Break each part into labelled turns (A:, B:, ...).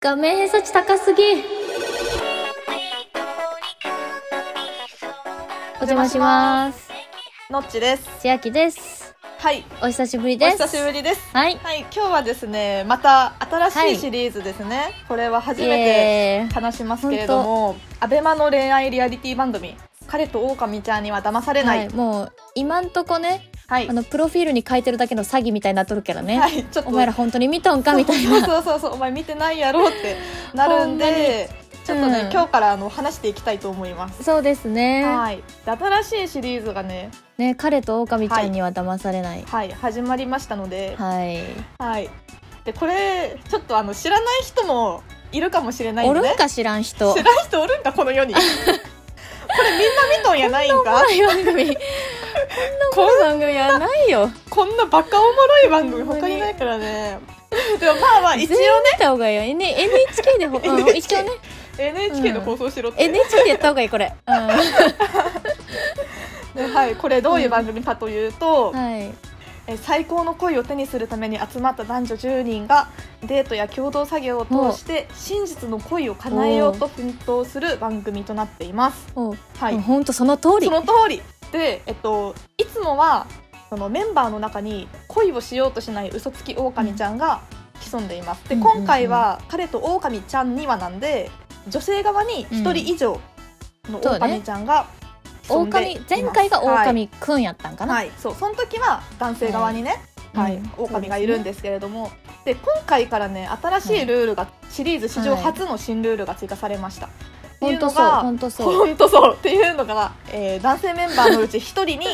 A: 画面偏差値高すぎお邪魔します
B: のっちです。
A: 千秋です
B: はい、
A: お久しぶり
B: お
A: です
B: 久しぶりです。
A: はい
B: はい、今日はですね、また新
A: は
B: し
A: い
B: いシリーズですね。これは初
A: イ
B: め
A: エ
B: て話しますけれども、アベマの恋愛リアリティ番組。彼と狼ちゃんには騙さ
A: ー
B: れ
A: イ
B: な
A: はいい、。もう今んとこね
B: はい、
A: あ
B: はい、
A: のプロフィールに書いてるだけの詐欺みたいになっとるけどね、
B: はいちょっと。
A: お前ら本当に見とんかみたいな
B: そうそうそうそう、お前見てないやろってなるんで。ちょっとね、
A: うん
B: 今日からあの話していきたいと思います。
A: そうですね
B: はい、で新しいシリーズがね、
A: ね彼と狼ちゃんには騙されない
B: はい、始まりましたので。
A: はい、
B: はい。で、これ、ちょっとあの知らない人もいるかもしれない
A: お
B: ので、
A: るんか知らん人
B: 知らん人おるんだこの世にこれみんな見とんやないんか
A: こんなおもろい番組こんなおもろい番組はないよ
B: こんなバカおもろい番組
A: ほんま
B: 他
A: に
B: にないからねでもまあまあ一応
A: 全員見た方がいいよ、ね、NHK でほ、うん、一
B: NHK
A: 応ね
B: NHK で放送しろって、
A: NHK でやった方がいいこれ、う
B: ではい、これどういう番組かというと、
A: ん、はい
B: え最高の恋を手にするために集まった男女10人がデートや共同作業を通して真実の恋を叶えようと奮闘する番組となっています。
A: もう
B: は
A: もう
B: い、
A: ほんとその通り
B: その通りで、えっと、いつもはそのメンバーの中に恋をしようとしない嘘つき狼ちゃんが潜んでいます、
A: うん
B: で今回は彼と狼ちゃんにはなんで女性側に1人以上の
A: そうね
B: 狼ちゃんが潜んでい
A: 狼
B: ます、
A: 前回が
B: はい
A: 狼くんやったんかな、
B: はいそうその時は男性側にね、
A: は
B: はいい
A: うん
B: 狼がいるんですけれども、で今回からね新しいルールが、シリーズ史上初の新ルールが追加されました。って
A: ほ
B: い
A: ん
B: う
A: と
B: の
A: そう
B: が
A: ほんとそう
B: 本当そうっていうのが、えー男性メンバーのうち一人に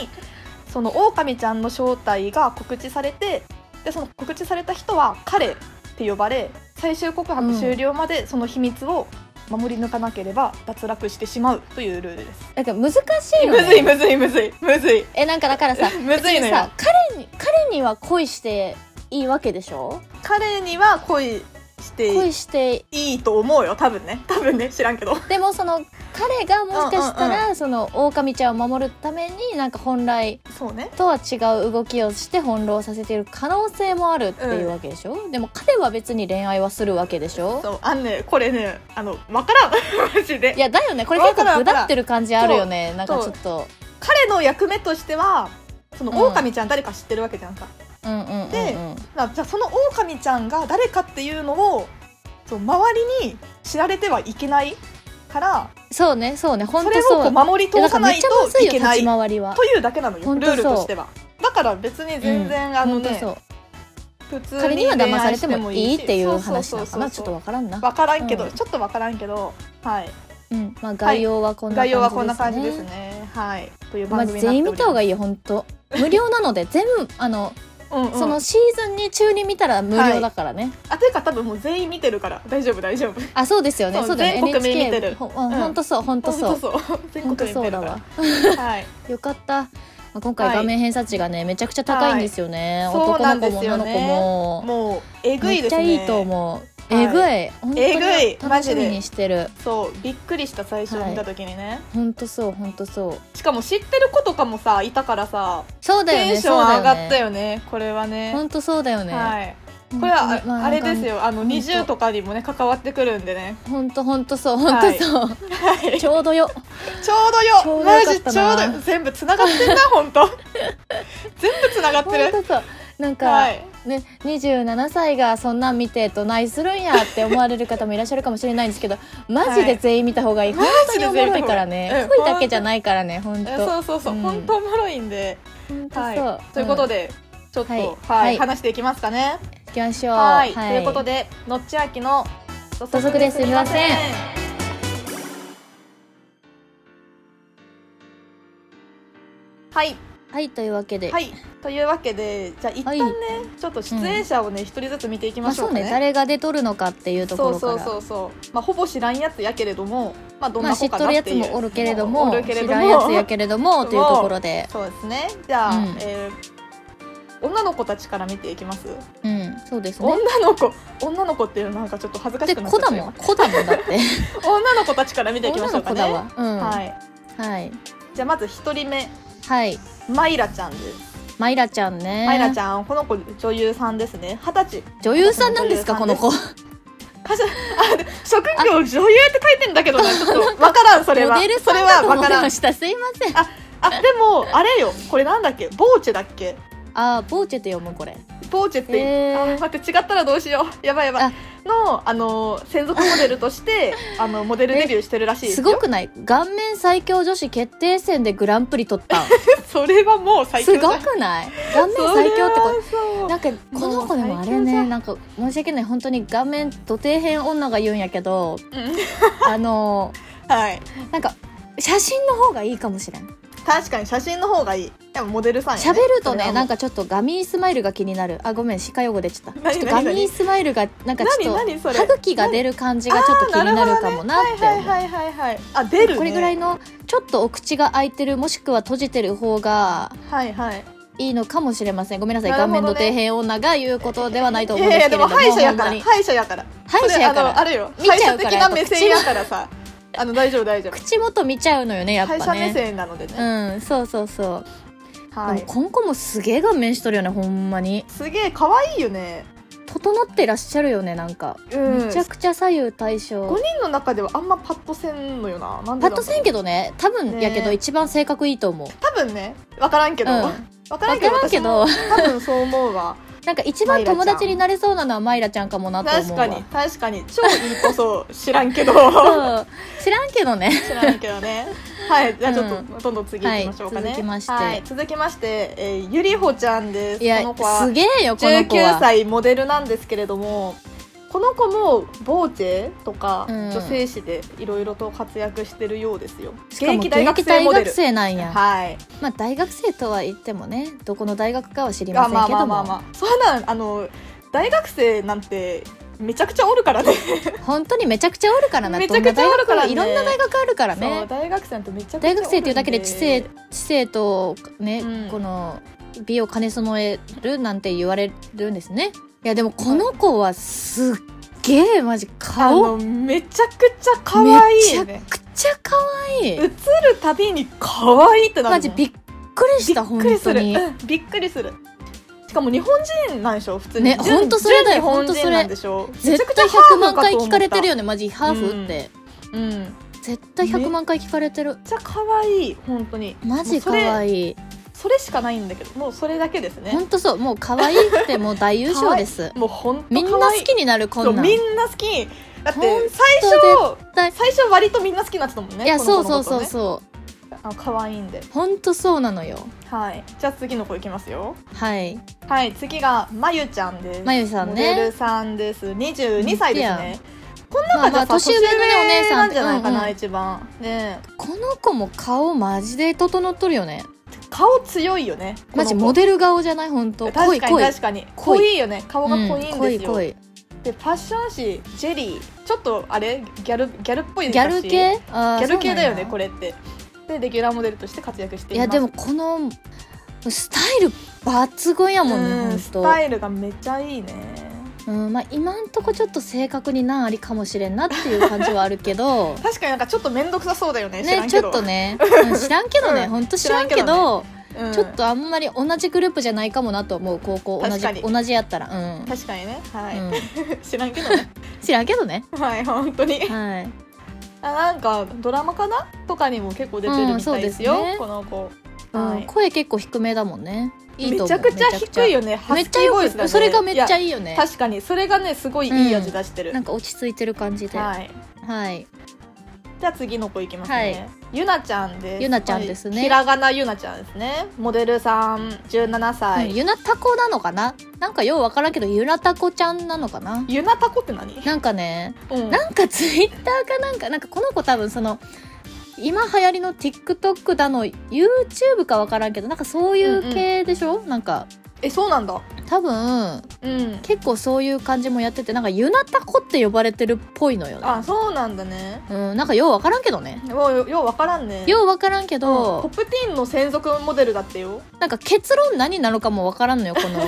B: その狼ちゃんの正体が告知されてでその告知された人は彼って呼ばれ最終告白終了までその秘密を守り抜かなければ脱落してしまうというルールです。
A: なんか難しいよ
B: むずい
A: ね
B: むずいむずいむずい
A: えなんかだからさ
B: むずいのよ
A: さ彼に彼には恋していいわけでしょ
B: 彼には恋して
A: 恋して
B: いいと思うよ多分ね多分ね知らんけど
A: でもその彼がもしかした
B: うん
A: らその狼ちゃんを守るためになんか本来
B: そうね
A: とは違う動きをして翻弄させている可能性もあるっていうわけでしょ、でも彼は別に恋愛はするわけでしょ
B: そうあんねこれねあのわからん マジで
A: いやだよねこれ結
B: わから
A: 構
B: ん
A: ぐ
B: わからん
A: だってる感じあるよねなんかちょっと
B: 彼の役目としてはその
A: うん
B: 狼ちゃん誰か知ってるわけじゃんか、
A: うんうんうんうん
B: でなじゃあその狼ちゃんが誰かっていうのをそう周りに知られてはいけないから
A: そうねそうね本
B: そ
A: 当
B: れ
A: そう
B: をこう守り
A: いや
B: 通
A: だから
B: さな
A: めっ
B: い
A: ちゃまず
B: と
A: い
B: い
A: よ
B: け
A: 立
B: ない
A: ち回りは
B: というだけなのよ
A: ほん
B: ル
A: とそう
B: ールとしてはだから別に全然、あの
A: 本当
B: ね
A: そう
B: 普通
A: 彼には騙されてもいい
B: し
A: っていう
B: そう
A: 話
B: そ
A: なのか
B: そ
A: な
B: う
A: ち
B: そ
A: ょ
B: う
A: っとわからんな、
B: わからんけど、
A: うん
B: ちょっとわからんけどはい
A: うんまあ、概要はこんな
B: 概要はこんな
A: 感
B: 感
A: じ
B: じ
A: で
B: ですす
A: ね
B: ねはいという
A: まあ
B: 番組にな
A: 全
B: っており
A: 員
B: ます
A: 見た方がいいよ本当無料なので全部あの、
B: うんうん
A: そのシーズンに中に見たら無料だからね、
B: あというか多分もう全員見てるから大丈夫大丈夫
A: あそうですよね
B: そう
A: そうだよね
B: 全国民見てる
A: NHK ほ,、うん、
B: ん
A: ほんとそうほんとそう
B: ほ
A: ん
B: とそう全
A: ほんと
B: 国民
A: そ
B: 見
A: う
B: てる
A: だ
B: か
A: わ
B: ら はい
A: よかった、まあ、今回
B: はい
A: 画面偏差値がね、めちゃくちゃ高いんですよね、
B: はい
A: 男の子も女
B: そうなん
A: の
B: です
A: 子
B: よね
A: も
B: もうえぐ
A: め
B: い
A: っ
B: で
A: ち
B: す
A: ゃ
B: ね
A: いいと思う、
B: はい
A: えぐい本当
B: え
A: に
B: ぐいマ
A: 楽
B: ジ
A: し
B: で
A: みにしてる
B: そうびっくりした最初見た時にね、
A: ほんとそうほんとそう
B: しかも知ってる子とかもさいたからさ、
A: そうだよね
B: テンション上がった
A: よ
B: よねこれはね
A: ほんとそうだよね、
B: はい
A: ほん
B: こと
A: に
B: れはあ,、
A: ま
B: れですよあの
A: んと
B: 20とかにもね関わってくるんで ね
A: ほんとほんとそうほんとそう、
B: はい ち
A: ち
B: ょ
A: ょうど よ
B: うどよ
A: ちょうどよ
B: マ
A: かっ
B: ジ
A: た
B: ち
A: な
B: ょうどよ全部つながってんな 本当全部つながっ
A: ほ
B: て
A: んと
B: る
A: そうなんか、
B: はい
A: ね、27歳がそんなん見てどないするんやって思われる方もいらっしゃるかもしれないんですけどマジで全員見た方がいい、
B: はい
A: 本当におもろいからね
B: マジで全員見た方がいいうん
A: 恋だけじゃないからね本
B: え
A: 当
B: そうそうそう、
A: うん
B: 本当おもろいんで
A: 本当そう、
B: はいということで、ちょっと、
A: は
B: はいい
A: はい
B: 話していきますかね。
A: うん行きましょう
B: はい、ということで、のっちあきの土
A: 土足ですみません
B: はい、
A: はいというわけで、
B: はい、というわけで、じゃあ一旦ね、
A: はい
B: ちょっと出演者をね、一、人ずつ見ていき
A: ま
B: ま
A: あ
B: しょ
A: そうう
B: かね。
A: ね誰が出とるのかっていうとこ
B: そ
A: ろ
B: う
A: か
B: そ
A: ら
B: うそうそう、まあほぼ知らんやつやけれども、まあどん
A: まあ
B: な
A: 知っ
B: 子か
A: と
B: な
A: るや
B: っ
A: つ
B: ていう。
A: もおるけれども
B: おるけれ
A: 知
B: ども
A: らんやつやけれど もというところで
B: そうですね。じゃあ、
A: うん
B: えー女の子たちから見ていきます。
A: うんそうですね
B: 女の子女の子っていうのなんかちょっと恥ずかし
A: で
B: くなっ
A: 子
B: ちゃっ
A: だ
B: た
A: もん子だもんだって
B: 今女の子たちから見ていきま
A: 女
B: しょ
A: の
B: うか
A: 子
B: ね
A: だわうんは、
B: はいい
A: はい
B: じゃあまず一人目マイラちゃんです、
A: マイラちゃんね
B: マイラちゃんこの子女優さんですね二十歳
A: 女優さんなんですかこの子
B: 職業女優って書いてんだけど なちょっとわからんそれは
A: モデル
B: そ
A: さ
B: れ
A: ん
B: は
A: かと
B: わ
A: 思
B: か
A: い
B: らん
A: ましたすいません
B: ああでもあれよこれなんだっけボーチェだっけ
A: あボーチェって読むこれ
B: ボーチェって、
A: えー
B: あ待って違ったらどうしようやばいやばい
A: あ
B: のあの専属モデルとして あのモデルデビューしてるらしいですす
A: ご
B: よ
A: くない顔面最強女子決定戦でグランプリ取ったん
B: それはもう 最強
A: す
B: じゃ
A: ご
B: ん
A: くない顔面最強ってこれ
B: こ
A: なんかこの子でもあれ
B: もう最強じゃ
A: ね
B: ん
A: なんか申し訳ない本当に顔面土底辺女が言うんやけ ど
B: うん
A: あの
B: はい
A: なんか写真の方がいいかもしれん
B: 確かに写真の方がいいでもモデルさんやね
A: 喋ると
B: それはも
A: ね
B: う
A: なんかちょっとガミースマイルが気になるあごめん歯科用語出ちゃった
B: 何
A: ちょっとガミ
B: 何
A: ースマイルがなんかちょ
B: 何何
A: っ
B: そ
A: と歯
B: れ
A: 茎が出る感じがちょっと気になるかもなって
B: はい
A: 思う
B: はいはいはいはいあ出る、ね、
A: これぐらい
B: の
A: のちょっとお口が開いてるもしくは閉じてる方が
B: はいはい
A: いいのかもしれませんごめんなさい、
B: なる
A: 顔
B: ほどね
A: 面の底辺女が言うことではないと
B: い
A: 思うん
B: や
A: ですけれ
B: いやで
A: ど
B: も
A: も
B: 歯医者や
A: ほ
B: か
A: んま
B: ら
A: に
B: 歯医者やから
A: 歯医者やか
B: それあのあ
A: ら
B: れよ
A: 見ちゃ
B: 歯
A: う
B: 医
A: から
B: 者的な目線やからさあの大丈夫大丈夫
A: 口元見ちゃうのよねやっ
B: 歯医
A: ぱ
B: 者目
A: ね
B: 線なのでね、
A: うんそうそうそう、
B: は
A: で
B: い
A: も今後もすげえ顔面しとるよねほんまに
B: すげえ可愛いよね
A: 整ってらっしゃるよねなんか、
B: うん
A: めちゃくちゃ左右対
B: 5
A: 称
B: 人の中ではあんまパッとせんのよななんで
A: パッ
B: だろう
A: とせんけどね多分やけど
B: ね
A: 一番性格いいと思う、
B: 多分ね分からんけど、
A: う
B: わ
A: ん
B: 分からんけど
A: わからんけど
B: 私も多分そう思うわ
A: なんか一番友達になれそうなのはマイラちゃんかもなと思
B: 確
A: う
B: か
A: わ
B: に確かに超いいこそ 知らんけど
A: そう知らんけどね
B: 知らんけどね はいじゃあちょっと、
A: う
B: どんどん次行きましょうか
A: は
B: ね、
A: い続きまして
B: はい続きまして、えーゆりほちゃんです
A: いや
B: この子は
A: すげえよこの子は
B: 19歳モデルなんですけれどもこの子もボーチェとか
A: うん
B: 女性誌でいろいろと活躍してるようですよ、
A: し
B: 現
A: かも
B: 役大学
A: 現役
B: 生モデル
A: 生なんや
B: はい
A: まあ大学生とは言ってもねどこの大学かは知りま
B: あ
A: せん
B: まあ
A: け
B: まあ
A: ど
B: まあま
A: も
B: あそんなんあの大学生なんてめちゃくちゃおるからね
A: 本当にめちゃくちゃおるからな
B: めちゃくちゃおるからね
A: どんな大学もいろんな大学あるから
B: そう
A: ね
B: 大学生なんてめちゃくちゃおる
A: 大
B: んで
A: 学生っていうだけで知性知性とね、
B: うん
A: この美を兼ね備えるなんて言われるんですねいやでもこの子はすっげえマジ
B: あ
A: 顔
B: のめちゃくちゃ可愛いよ
A: め
B: ね
A: ちゃくちゃ可愛い
B: 映るたびに可愛いってなるもん
A: マジびっくりした
B: び
A: 本
B: っくりす
A: 当
B: る
A: に
B: うんびっくりするしかも日本人なんでしょ普通に
A: ね
B: 純
A: ほんとそれだよ
B: 純日本
A: ほんとそ
B: 人
A: れ
B: なんでしょ
A: 絶対100万回聞かれてるよねマジハーフって、
B: うんめっ
A: 絶対100万回聞かれてる
B: ちゃ可愛い本当に
A: マジ可
B: い
A: 愛い
B: それしかないんだけどもうそれだけです
A: ほ
B: ね
A: んとそうもう可愛いってもう大優勝 です
B: もう本当
A: みんな好きになるこ
B: そうん
A: なん
B: みんな好きだっ
A: ほん
B: て
A: と
B: 最初
A: 絶対
B: 最初割とみんな好きになってたもんね
A: いや
B: この
A: そう
B: 子の
A: そう
B: こと
A: そう
B: ね
A: そう
B: あ可愛いんで
A: ほんとそうなのよ
B: はいじゃあ次の子いきますよ
A: はい
B: はい次がまゆちゃんです
A: まゆさんね
B: モデルさんです22歳です
A: 見
B: ねこん中
A: まあまあ
B: で
A: 年上のねお姉さん
B: なんじゃないかな、
A: うんうん
B: 一番ねえ
A: この子も顔マジで整っとるよね
B: 顔強いよね
A: マジ
B: この子
A: モデル顔じゃないほんと濃
B: 確
A: い
B: かに
A: 濃い
B: 確かに
A: 濃
B: 濃
A: い
B: いよね顔が
A: うん
B: 濃いんですよ、
A: 濃い
B: でファッション誌「ジェリー」ちょっとあれギャルギャルっぽい
A: ギ
B: 雑誌
A: ャル系あー
B: ギャル系だよ
A: そうなん
B: ね
A: や
B: これってでレギュラーモデルとして活躍して
A: い
B: いま
A: や
B: す
A: でもこのスタイル抜群やもんね
B: うん
A: ほん
B: ス
A: と
B: タイルがめちゃいいね
A: うんまあ今んとこちょっと正確に何ありかもしれんなっていう感じはあるけ ど
B: 確かになんかちょっと面倒くさそうだよね知ら
A: ね
B: ん
A: ち
B: け
A: ょ
B: ど
A: っとね、 うん知らんけどね、
B: うん
A: ほんと知らんけど
B: うん
A: ちょっとあんまり同じグループじゃないかもなと思う高校同
B: 確か
A: じ
B: に
A: 同じやったらうん、
B: 確かにねはい、
A: うん
B: 知らんけどね
A: 知らんけど ね
B: はい本当に
A: はい
B: あなんかドラマかなとかにも結構出てるみたいですよ、
A: うんそうですね
B: この子、
A: うん
B: はい
A: 声結構低めだもんねいいと思
B: め
A: う
B: ちゃくちゃ低いよね
A: め
B: ハ
A: っ
B: ス
A: ち
B: キ
A: ゃ
B: ー
A: よ
B: ボイ
A: く
B: スだね
A: それがめっちゃ
B: い
A: いいよね
B: や確かにそれがねすごいいい味出してる、
A: なんか落ち着いてる感じでは
B: はい
A: い、
B: じゃあ次の子いきますね、
A: はい
B: ゆなちゃんです
A: ゆなちゃんですね
B: はいひらがなゆなちゃんですねモデルさん17歳、
A: うんゆなたこなのかななんかようわからんけどゆなたこちゃんなのかな
B: ゆなたこって何、
A: なんかね
B: うん
A: なんかツイッターかなんかなんかこの子多分その今流行りの TikTok だの YouTube かわからんけどなんかそういう系でしょ、なんか
B: えそうなんだ
A: 多分
B: うん
A: 結構そういう感じもやっててなんかゆなたこって呼ばれてるっぽいのよね
B: あそうなんだね
A: うんなんかようわからんけどね
B: もうようわからんね
A: ようわからんけど、
B: ポップティーンの専属モデルだってよ
A: なんか結論何なのかもわからんのよこの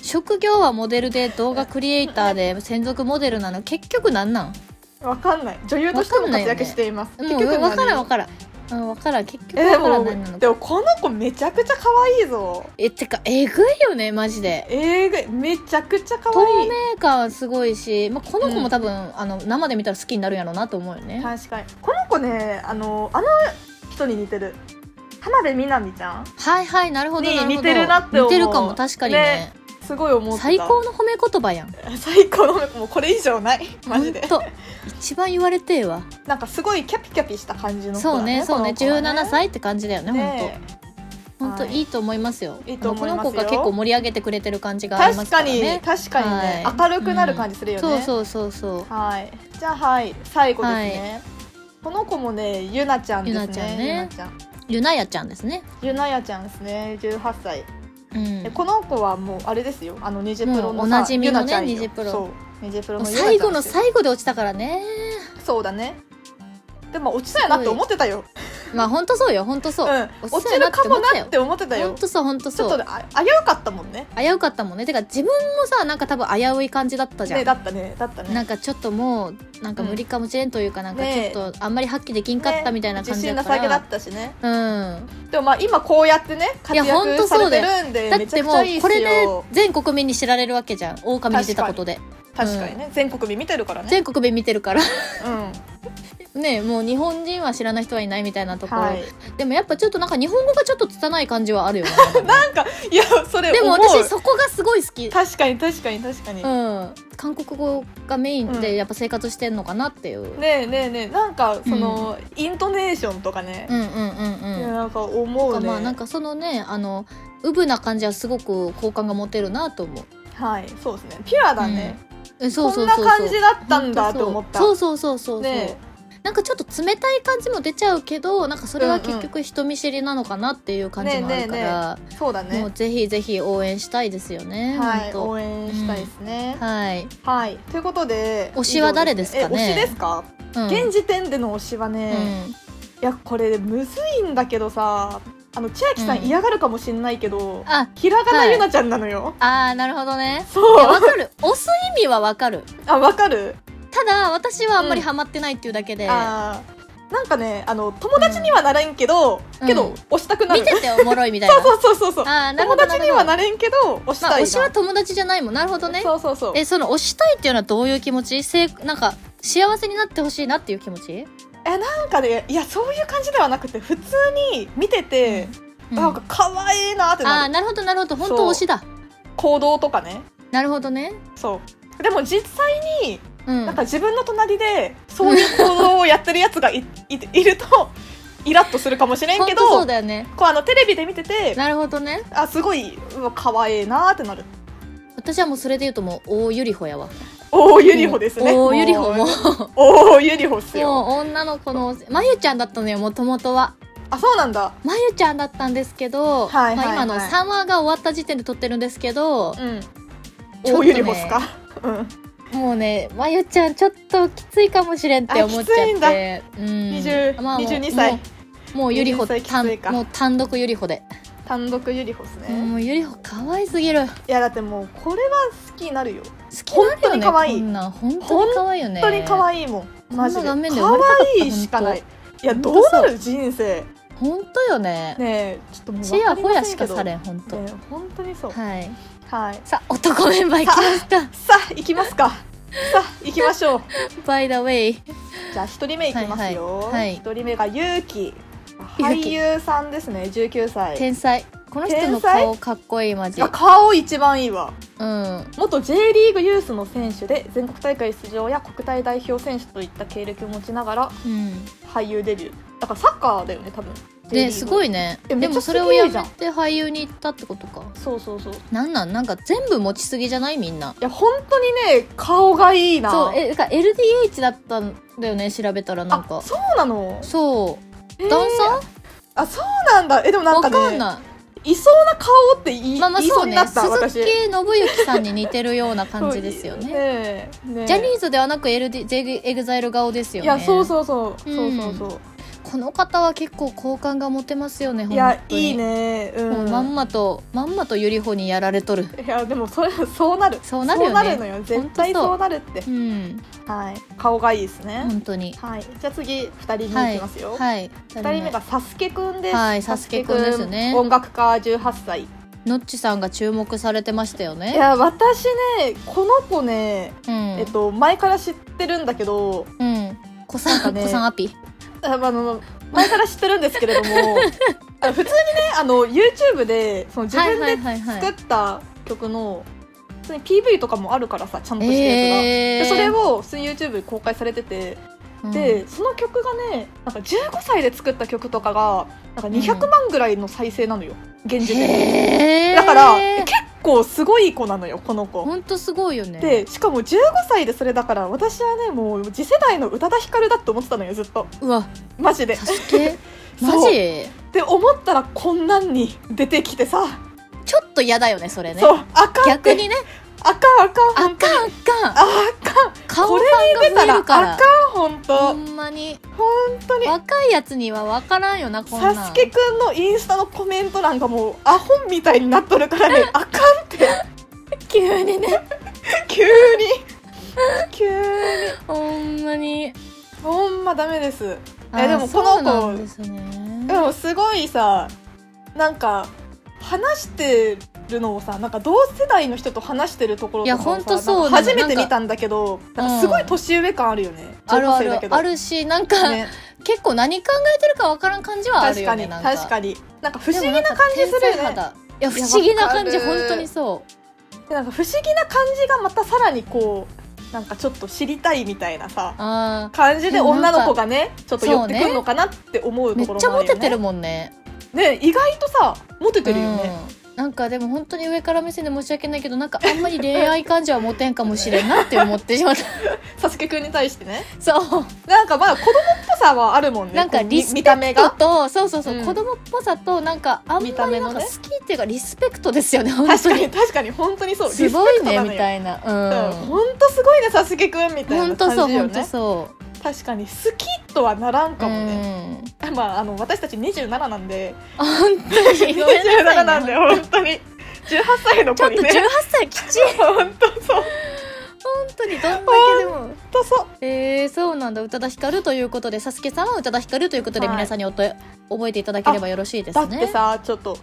A: 職業はモデルで動画クリエイターで専属モデルなの結局なんなん
B: わかんない女優としても活躍しています
A: もうわからんわからんうん、分からん結局
B: えで
A: 分から
B: も
A: ないなの
B: で
A: か
B: もこの子めちゃくちゃ可愛いぞ
A: えてかえぐいよねマジで
B: えぐいめちゃくちゃ可
A: 透
B: 愛い
A: 明感はすごいし、まあ、この子
B: うん
A: も多分、あの生で見たら好きになるんやろうなと思うよね、
B: 確かにこの子ねあのあの人に似てる浜辺美波ちゃん
A: はいはいなるほど
B: に
A: なるほど
B: 似てるなって思う
A: 似てるかも確かにね
B: すごい思ってた
A: 最高の褒め言葉やん
B: 最高のもうこれ以上ないマジで
A: ほんと一番言われてえわ
B: なんかすごいキャピキャピした感じの子
A: そ
B: だ
A: う
B: ね
A: ねそうね
B: この子は
A: 17歳って感じだよね
B: ね
A: ほんとほんと
B: はい
A: いいと思いますよ
B: いいと思いますよ
A: あのこの子が結構盛り上げてくれてる感じがありま
B: 確
A: すか
B: からに、
A: ね
B: 確かにね、
A: はい
B: 明るくなる感じするよね、
A: そうそうそうそう
B: はいじゃあはい最後ですね、この子もねゆなちゃんですね
A: ゆなちゃんね
B: ゆなちゃん
A: ゆなやちゃんですね
B: ゆなやちゃんですね18歳、
A: うん
B: でこの子はもうあれですよあのニジプロ
A: もう
B: の
A: お
B: さ
A: なじみのね
B: ゆなちゃんよ
A: ニジプロ
B: そうニジプロ
A: もう
B: のゆなちゃん
A: 最後の
B: ですよ
A: 最後で落ちたからね
B: そうだねでも落ちそうやなって思ってたよ
A: まあほんとそうよほんとそう、
B: うん、
A: 落
B: 落
A: ちそ
B: ち
A: うやな
B: る
A: って
B: か
A: 思っ
B: も
A: てたよ
B: なって思ってた
A: ほ
B: よ
A: んとそうほんと
B: ちょ
A: そ
B: っと
A: う
B: ねあ危うかったもんね
A: 危うかったもんねてか自分もさなんか多分危うい感じだったじゃん、
B: ねだったねだったね
A: なんかちょっともうなんか無理かもしれんというか、なんか
B: ねえ
A: ちょっとあんまり発揮できんかったみたいな感じ
B: ね
A: だ
B: 自
A: か
B: 信なさげだ
A: ら、
B: ったしね
A: うん
B: でもまあ今こうやってね活
A: いやほんと
B: 躍さ
A: そ
B: れ
A: うだ
B: て
A: よ
B: るんで
A: だっ
B: めちゃ
A: て
B: くちゃ
A: も
B: いいうっす
A: これで
B: よ
A: 全国民に知られるわけじゃん狼に出たことで
B: 確かにね、全国民見てるからね
A: 全国民見てるから
B: うん
A: ねえもう日本人は知らない人はいないみたいなところ、
B: はい
A: でもやっぱちょっとなんか日本語がちょっと拙い感じはあるよね
B: なんかいやそれ
A: でも
B: 思う
A: 私そこがすごい好き
B: 確かに確かに確かに、
A: うん、韓国語がメイン
B: うん
A: でやっぱ生活してんのかなっていう、
B: ねえねえねえなんかその、イントネーションとかね
A: う、んうんうんうん
B: いやなんか思う
A: なん
B: ね
A: かまあなんかそのねあのウブな感じはすごく好感が持てるなと思う
B: はいそうですねピュアだね、
A: えそう
B: こ
A: そ
B: ん
A: うそ
B: な
A: うそう
B: 感じだったんだと思った
A: そうそうそうそうそう、
B: ね
A: なんかちょっと冷たい感じも出ちゃうけどなんかそれは結局人見知りなのかなっていう感じもあるから、
B: えそうだ
A: もう
B: ね
A: ぜひぜひ応援したいですよね、
B: はい応
A: 本
B: 援したいですね
A: 当、はい、
B: はいということで
A: 推しは誰ですかね
B: 以上え推しですか、
A: うん
B: 現時点での推しはね、いやこれむずいんだけどさあの千秋さ
A: うん
B: ん嫌がるかもしんないけど、
A: うん、あ
B: ひらがな
A: はい
B: ゆなちゃんなのよ、
A: あーなるほどねいや
B: そう
A: わかる押す意味はわかる
B: あわかる、
A: ただ私はあんまりハマってないっていうだけで、
B: あーなんかねあの友達にはなれんけど、
A: うん
B: けど押したくなる、
A: 見てておもろいみたいな
B: そうそうそうそう
A: あーなるほ
B: 友
A: どな
B: 達
A: る
B: に
A: ほ
B: は
A: ど
B: なれんけど押し
A: まあ
B: たい
A: 推しは
B: な、
A: 友達じゃないもんなるほどね
B: そうそうそう
A: えその推したいっていうのはどういう気持ちせいなんか幸せになってほしいなっていう気持ち、
B: なんかねいやそういう感じではなくて普通に見てて、
A: うん
B: なんか可愛いなって
A: あ
B: な
A: あ
B: る
A: なるほどなるほど本
B: そう
A: 当推しだ
B: 行動とかね
A: なるほどね
B: そうでも実際に
A: うん
B: なんか自分の隣でそういう行動をやってるやつがいいいるとイラッとするかもしれん
A: 本
B: け
A: 当そ
B: ど
A: うだよね
B: こうあのテレビで見てて
A: なるほどね
B: あすごいうわ可愛いなってなる
A: 私はもうそれで言うともう大ゆりほやわ
B: おおゆりほですね
A: 大ゆりほもう
B: おおゆりほっすよ
A: もう女の子のまゆちゃんだったのよもともとは
B: あそうなんだ
A: まゆちゃんだったんですけど、
B: はいはいはい
A: まあ、今の3話が終わった時点で撮ってるんですけど
B: うん
A: ちょっとね
B: おゆりほっすかうん
A: もうねまゆちゃんちょっときついかもしれんって思っちゃ
B: あきついん
A: っ
B: だ
A: てうん
B: 20
A: まあもう
B: 22歳
A: もうもうゆりほ
B: 22歳きつ
A: 単
B: いか
A: もう単独ゆりほで、
B: 単独ゆりほっすね
A: もうゆりほかわいすぎる
B: いやだってもうこれは好きになるよ
A: 好きになるよ
B: 本当
A: ね
B: に可愛い
A: こんなん本当に可愛いよね
B: 本当に可愛いもんマジで
A: こ
B: 可
A: んな顔面で生まれたかった
B: 愛いしかないいや
A: 本当
B: どうなる人生
A: 本当よね
B: ねえちょっともう
A: ちやほやしか
B: 分
A: さ
B: かり
A: れん本
B: ま
A: 当、
B: せんけどねえ本当にそう
A: はい
B: はい
A: さあ男メンバーいきま した
B: さあ行きますかさあ行きましょう
A: バイダウェイ
B: じゃあ一人目いきますよ
A: はいはい
B: 一人目がゆうき
A: ゆうき
B: 俳優さんですね19歳
A: 天才この人の顔かっこいいマジ
B: あ顔一番いいわ
A: うん
B: 元 J リーグユースの選手で全国大会出場や国体代表選手といった経歴を持ちながら
A: うん
B: 俳優デビューだからサッカーだよね多分
A: ねすご
B: い
A: いね
B: えめ
A: で
B: っち
A: も
B: ゃ
A: そ
B: す
A: れ
B: げ
A: をや
B: えじゃ
A: め
B: ん
A: て俳優に行ったってことか
B: そうそうそうい
A: なんなんなんか全部持ちすぎじゃないみんな
B: や本当にね顔がいいな
A: そうえだから LDH だったんだよね調べたらなん
B: あ
A: か
B: そうなの
A: そう
B: へー
A: ダンサー
B: あそうなんだえでもなん
A: わ
B: かね
A: かんない
B: そうな顔って言い,、
A: いまあまあ
B: 言い
A: そ
B: そううに
A: ね
B: なった
A: 鈴木
B: 私
A: 信之さんに似てるような感じです よね
B: ねえねえ
A: ジャニーズではなく LD エグザイル顔ですよ
B: い
A: ね
B: やそうそうそう、
A: うん
B: そうそうそう
A: ここの方は結構好感が持てますよね
B: いや
A: 本当に
B: いいねう
A: もうんまんまとまんまとゆりほにやられとる
B: いやでもそれそうなる
A: そうなるよね
B: のよ絶対
A: ほんとそう
B: そうなるって
A: うん
B: はい顔がいいですね、
A: 本当に
B: はいじゃあ次二人
A: は
B: 目い
A: い
B: きますよ、
A: はい
B: 二人目がサスケくんです。
A: はいサスケくんですね
B: 音楽家18歳。い
A: のっちさんが注目されてましたよね
B: や私ねこの子ね、
A: うん
B: えっと前から知ってるんだけど、
A: うん子さ
B: なんか
A: ん
B: ね
A: 子さんアピ
B: ああの前から知ってるんです けれども、あの普通にねあの YouTube でその自分で
A: はいはいはいは
B: 作
A: い
B: った曲の普通に PV とかもあるからさちゃんとしたやつ
A: え
B: が。で
A: ー
B: それを普通に YouTube で公開されてて、でその曲がねなんか15歳で作った曲とかがなんか200万ぐらいの再生なのよ、現時点で。
A: へー
B: だから結構すごい子なのよこの子。
A: ほんとすごいよね
B: でしかも15歳でそれだから私はねもう次世代の宇多田ヒカルだって思ってたのよずっと
A: うわ
B: マジで。
A: サスケマ
B: そうっ
A: ジ
B: て思ったらこんなんに出てきてさ、
A: ちょっと嫌だよねそれね
B: そうあかんっ
A: 逆
B: て
A: にね
B: あかんあかん
A: あ
B: 本当
A: かん
B: に
A: あかん
B: あかん
A: 顔
B: こ
A: フ
B: れ
A: ァンが増え
B: 出たら
A: る
B: あ
A: か
B: からん本
A: ほ
B: 当
A: んまに
B: 本当に
A: 若いやつには分からんよなこんなん
B: サスケくんのインスタのコメントなんかもうアホみたいになっとるからねあかんって
A: 急にね
B: 急に急に
A: ほんまに
B: ほんまダメです
A: あ
B: えでもこの子
A: そうなんですね
B: でもすごいさなんか話してるのをさなんか同世代の人と話してるところ
A: いや
B: とかをさ
A: ほんとそう
B: なんか
A: なの
B: 初
A: な
B: めて
A: んか
B: 見たんだけどなん
A: うん
B: かすごい年上感あるよね、
A: あるあ
B: 上だけ
A: る
B: ど
A: あるしなんか、
B: ね、
A: 結構何考えてるか分からん感じはある
B: 確
A: よ
B: か
A: ね
B: に
A: なん
B: 確かになんか不思議な感じする
A: で
B: よ
A: もなんか天才
B: ね
A: 肌いや不思議な感じ
B: いやわか
A: 本
B: る
A: 当にそ
B: でなんか不思議な感じがまたさらにこうなんかちょっと知りたいみたいなさ
A: うあ
B: 感じで
A: でもな
B: 女
A: んか
B: の子がねちょっと寄ってくるのかなって思
A: ー
B: う
A: め
B: と
A: っ
B: ころ
A: ちゃ
B: もあ
A: モ
B: るよ
A: テ
B: ね
A: てるもんね
B: ね意外とさモテてるよね、
A: うんなんかでも本当に上から目線で申し訳ないけどなんかあんまり恋愛感情は持てんかもしれんなって思ってしまった
B: サスケくんに対してね
A: そう
B: なんかまだ子供っぽさはあるもんね
A: なんか
B: こうみ
A: リスペ
B: 見た目
A: クト
B: が
A: とそうそうそう、
B: うん
A: 子供っぽさとなんかあん
B: 見
A: ま
B: た
A: り
B: 目
A: なん
B: の
A: か
B: ね
A: 好きっていうかリスペクトですよね本
B: 確
A: 当
B: か
A: に
B: に確かに本当にそう
A: すごい
B: リスペクト
A: ね
B: なのよ
A: みたいな
B: うん
A: うん
B: 本当すごいねサスケくんみたい
A: 本
B: な
A: 当そ
B: 感
A: う
B: じよ
A: 本当
B: ね
A: そ
B: 確かに好きとはならん
A: う
B: かもね、
A: うん
B: まああの私たち27なんで
A: あ本当にごめんなさ
B: 27
A: い
B: なんで本当に18歳の
A: ちょ
B: 子
A: っと
B: に
A: 18
B: ね
A: 歳きちい
B: 本当そう
A: 本当にどんだけでも
B: 本当そう
A: えー、そうなんだ宇多田ヒカルということでサスケさんは宇多田ヒカルということで、
B: はい
A: 皆さんにおと覚えていただければよろしいです
B: だ
A: ね
B: ってさちょっと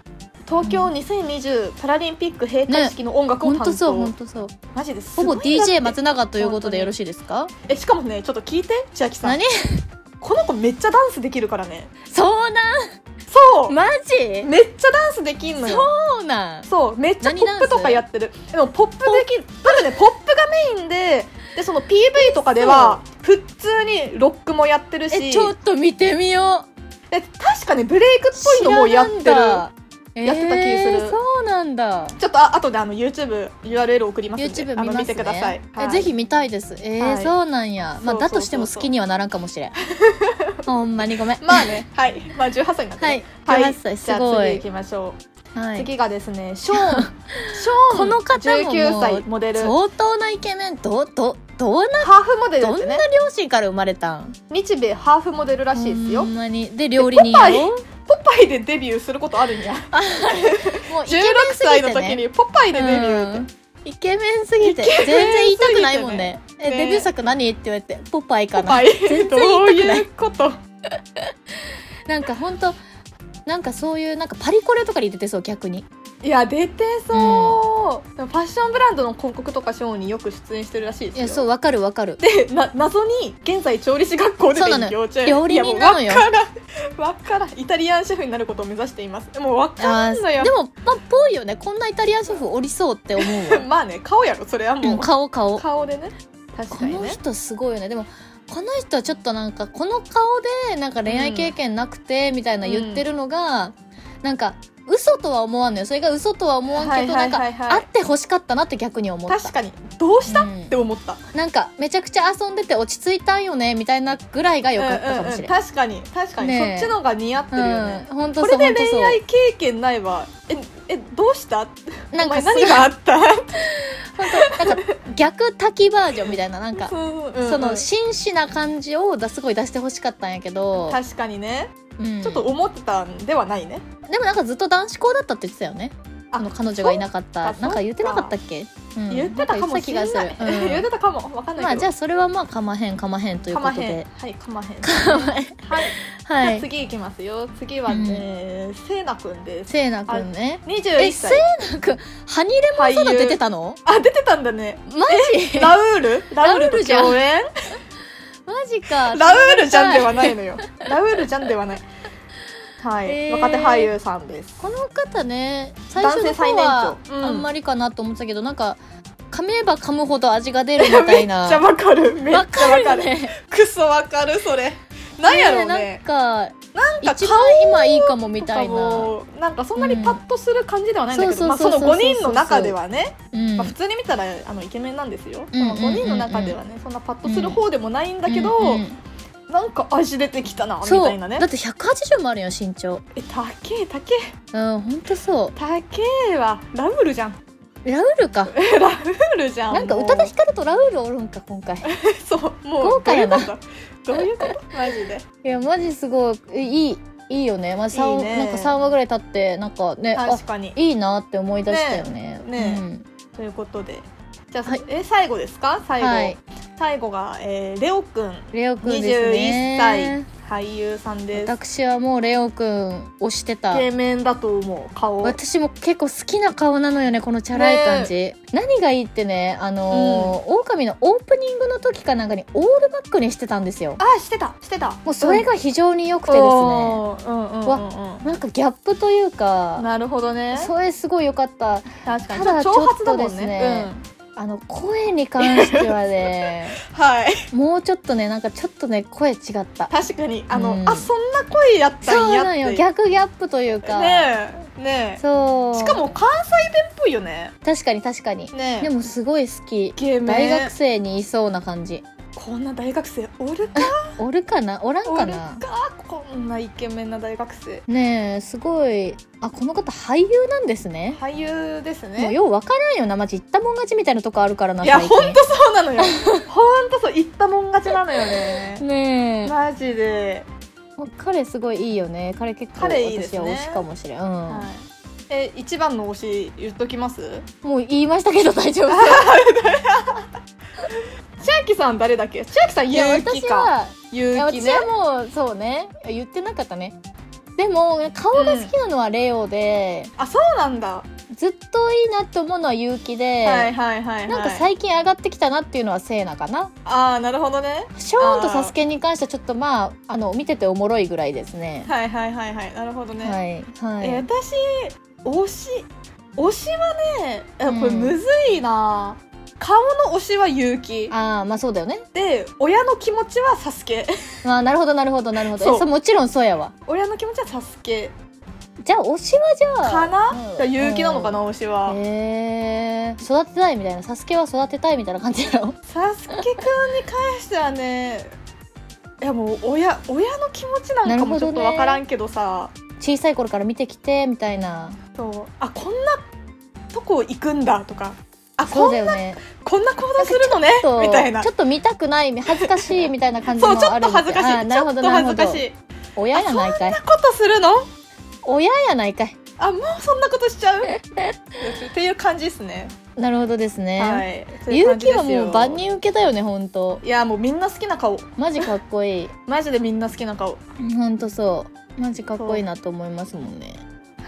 B: 東京2020パラリンピック閉会式の音楽を
A: 本
B: 担
A: 当そう
B: 当、
A: 本当そう
B: マジです
A: ほ
B: ご
A: ぼ
B: いんだって
A: DJ 松永ということでよろしいですか
B: えしかもねちょっと聞いて千秋さん
A: 何
B: この子めっちゃダンスできるからね
A: そうな
B: そ
A: ん
B: う、
A: マジ
B: めっちゃダンスできんのよ
A: そうなん
B: そうめっちゃ
A: 何
B: ポ
A: ダン
B: ッ
A: ス
B: プとかやってるでもポップできる多分ねポップがメインででその PV とかでは普通にロックもやってるし
A: えちょっと見てみよう
B: で確かねブレイクっぽいのもやって
A: 知
B: る
A: らなんだ
B: やってた気する
A: えーそうなんだ
B: ちょっとあ後であの YouTubeURL 送りますんで
A: YouTube
B: あ
A: 見ま
B: の
A: すね
B: 見てください、は
A: え
B: い
A: ぜひ見たいですえー
B: はい
A: そうなんやまあ
B: そうそうそうそう
A: だとしても好きにはならんかもしれ んほんまにごめん
B: まあね、はい、まあ18歳になって
A: は
B: ね、
A: い18歳す
B: じゃ
A: ご
B: あ次
A: い
B: 行きましょ
A: は
B: う。
A: い
B: 次がですね、ショーン、ショーン、
A: この方ももう
B: 19歳モデル、ハ
A: 相当なイケメンどどどんな
B: ーフモデルで
A: ど
B: す
A: ん
B: ね
A: な。両親から生まれたん
B: 日米ハーフモデルらしいです
A: ほ
B: よ。
A: んまにで料理人やろ
B: ポパイでデビューすることあるんや。
A: もうイケ
B: 16
A: メンす
B: 歳の
A: ぎて
B: 時
A: ね
B: にポパイでデビューって。
A: うんイケメンすぎて
B: イケメンすぎてね
A: 全然言いたくないもんねえ
B: ね
A: デビュー作何って言われてポパイか
B: ポ
A: な
B: パイ、どういうこと？
A: なんか本当なんかそういうなんかパリコレとかに出てそう逆に
B: いや出てそう。でもファッションブランドの広告とかショーンによく出演してるらしいです
A: い
B: よ。
A: やそうわかるわかる
B: でな謎に現在調理師学校で
A: そうなの
B: 勉
A: よ
B: 強中
A: 料理人なのよ
B: いやもうわからんわからんイタリアンシェフになることを目指していますもうわから
A: あ
B: んの
A: ー
B: よ
A: でもまあぽいよねこんなイタリアンシェフおりそうって思うわ
B: まあね顔やろそれは
A: う
B: もうん
A: 顔顔
B: 顔でね確
A: こ
B: かに
A: の
B: ね
A: 人すごいよねでもこの人はちょっとなんかこの顔でなんか恋愛経験なくてみたいな言ってるのが、なんか嘘とは思わんのよそれが嘘とは思わんけど、
B: はいはいは
A: な
B: いはい
A: んか会ってほしかったなって逆に思った
B: 確かにどうした、
A: うん
B: って思った
A: なんかめちゃくちゃ遊んでて落ち着いたんよねみたいなぐらいが良かったかもしれ
B: うん
A: な
B: うんうん確かに確かに、
A: ねえ
B: そっちの方が似合ってるよね、
A: い本当
B: こ
A: そ
B: れ
A: う本
B: で
A: 当そう
B: 恋愛経験ないわええどうした
A: なん
B: お
A: か
B: 前
A: すごい
B: 何があった
A: なんか逆滝バージョンみたいななん かその
B: し
A: 真摯な感じをだすごい出してほしかったんやけど、
B: 確かにね、
A: うん
B: ちょっと思ってたんではないね
A: でもなんかずっと男子校だったって言ってたよね
B: あ
A: あの彼女がいなかった
B: そっか
A: なんか言ってなかったっけ、うん
B: 言ってたかもしれ
A: な
B: なんい、
A: か言ってた気がする
B: 言っ
A: うん
B: てたかもわかん
A: ま
B: ない
A: あ
B: け
A: じ
B: ど、
A: ゃあそれはまあかまへんかまへんという
B: か
A: こと
B: まへん
A: で
B: はいかまへんはい、
A: は
B: じゃあ
A: い
B: 次いきますよ次はねせいなくんです
A: せいなくんね
B: 21
A: えせい
B: 歳
A: なくんハニレ
B: 俳
A: まだ
B: 優
A: 出てたの
B: あ出てたんだね
A: マジ
B: ラウールラウールと共演
A: マジか
B: ラウールじゃんではないのよラウールじゃんではないはい、
A: えー
B: 若手俳優さんです
A: この方ね最初の方は
B: 男性最年長うん
A: あんまりかなと思ってたけど、なんか噛めば噛むほど味が出るみたい
B: めっちゃ
A: な
B: わかるめっちゃ
A: わ
B: わ
A: か
B: か
A: る
B: る
A: よね
B: クソわかるそれなんやろう
A: ね
B: ね
A: なんか
B: なんか
A: 一
B: 顔
A: 番今いいかもみたいな、
B: とかもなんかそんなにパッとする感じではないんだけ
A: う
B: ど、
A: ん
B: まあ、
A: そ
B: そう
A: そ
B: の
A: うそうそうそう
B: 5人の中ではね、
A: うん
B: まあ、普通に見たらあのイケメンなんですよ、
A: うんうんうんうん
B: その5人の中ではねそんなパッとする方でもないんだけど、
A: うんうん
B: なんか味出てきたなみ
A: そう
B: たいなね
A: だって180もあるよ身長
B: え高え高え
A: うんほんとそ
B: 高えはラウールじ ゃん
A: うラウールか
B: ラウールじゃん
A: なんか
B: もう
A: 歌多田ヒカルとラウールおるんか 今回い
B: そうもう
A: 豪華やな
B: どういうことどういうことマジで
A: やマジすごいえいいいいよね,、まあ、三
B: いいね
A: なんか3話ぐらい経ってなんかねあ
B: 確かに
A: いいなって思い出したよね
B: ねえ
A: うん
B: ということでじゃあ、
A: はい
B: え最後ですか最後、
A: はい
B: 最後が、えーレオくん
A: レオくんです
B: 21歳
A: ね
B: 俳優さんです
A: 私はもうレオくん推してた
B: イケメンだと思う顔
A: 私も結構好きな顔なのよねこのチャラい感じ、何がいいってねあのー狼のオープニングの時かなんかにオールバックにしてたんですよ
B: あしてたしてた
A: もうそれが非常に良くてですね、
B: おーうんうんうんうん
A: なんかギャップというか
B: なるほどね
A: それすごい良かった
B: 確かに
A: ただ
B: 挑発だもん
A: ちょっとです
B: ね
A: ねあの声に関してはね
B: うん、はい
A: もうちょっとねなんかちょっとね声違った
B: 確かにあの、
A: うん
B: あそんな声やった
A: そ
B: ん
A: う
B: や
A: な
B: っ
A: の
B: て
A: よ逆ギャップというか、
B: ねえね
A: そ
B: え
A: う
B: しかも関西弁っぽいよね
A: 確かに確かに
B: ねえ
A: でもすごい好き
B: イケメン
A: 大学生にいそうな感じ
B: こんな大学生おるか
A: おるかなおらん
B: お
A: か
B: る
A: な
B: かこんなイケメンな大学生
A: ねえすごいあこの方俳優なんですね
B: 俳優ですね
A: もうようわからんよなマジ言ったもん勝ちみたいなとこあるからない
B: や
A: 最
B: 本
A: 近
B: 当そうなの よ本当そう言ったもん勝ちなのよ ね
A: ねえ、
B: マジで、
A: もう彼すごいいいよね彼結構
B: 彼いいです
A: 私
B: ね
A: は推しかもしれん、うん
B: はい、え一番の推し言っときます
A: もう言いましたけど大 丈夫
B: 千秋さん誰だっけ千秋さん
A: い
B: ゆ
A: や
B: う
A: 私
B: きか
A: は
B: ゆ
A: いや
B: うき
A: 私
B: ね
A: はもうそうね言ってなかったねでも顔が好きなのはレオで、
B: あそうなんだ、
A: ずっといいなって思うのは結城で、
B: はいはいはいはい
A: なんか最近上がってきたなっていうのはセイナかな
B: ああなるほどね
A: ショーンとサスケに関してはちょっとまああの見てておもろいぐらいですね
B: はいはいはいはいなるほどね、
A: はいはい、
B: え私推し推しはねえこれ
A: うん
B: むずいな、顔の推しは結城
A: ああまあそうだよね
B: で親の気持ちはサスケ
A: まあなるほどなるほどなるほど
B: そう
A: えそうもちろんそうやわ
B: 親の気持ちはサスケ
A: じゃあ推しはじゃあ
B: かな、
A: うん
B: じゃあ結城なのかな、推しは、
A: へえ育てたいみたいなサスケは育てたいみたいな感じな の
B: サスケくんに関してはねいやもう親親の気持ちなんかもちょっと
A: なるほどね
B: 分からんけどさ
A: 小さい頃から見てきてみたいな
B: そうあこんなとこ行くんだとかあ
A: そ
B: こ
A: うんだよね
B: こんな行動するのね
A: ちょっと
B: みたいな
A: ちょっと見たくない恥ずかしいみたいな感じ
B: そう
A: も
B: ちょ
A: あ
B: っ
A: る
B: と
A: みた
B: 恥ずか
A: あ
B: し
A: ー
B: い
A: な
B: ち
A: る
B: ょ
A: ほ
B: っ
A: ど
B: と
A: なる
B: 恥
A: ほ
B: ずか
A: ど
B: しい
A: 親やないかい
B: そんなことするの
A: 親やないかい
B: あもうそんなことしちゃう っていう感じですね
A: なるほどです
B: は
A: ね、
B: いそういう
A: 勇
B: 感じ
A: 気
B: です
A: は
B: よ
A: もう万人受けだよね本当
B: いやもうみんな好きな顔
A: マジかっこいい
B: マジでみんな好きな顔
A: 本当そうマジかっこいいなと思いますもんね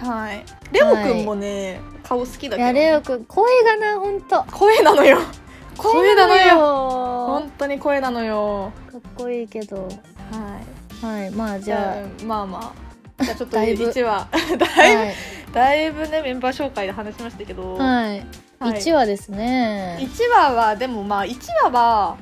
B: はいレオくんもね、顔好きだ
A: い
B: けど
A: やレオくん声がな本当
B: 声なのよ声なのよ
A: よ
B: 本当に声なのよ
A: かっこいいけど
B: はい
A: はいまあじ
B: じゃあ
A: ゃ
B: うんまあまあじゃあちょっ と
A: だ いぶ
B: 1話
A: あ
B: だいぶ、
A: はい
B: だいぶねメンバー紹介で話しましたけど、
A: はい
B: はい
A: 一話です
B: 1
A: ね
B: 話はでもまあ1話は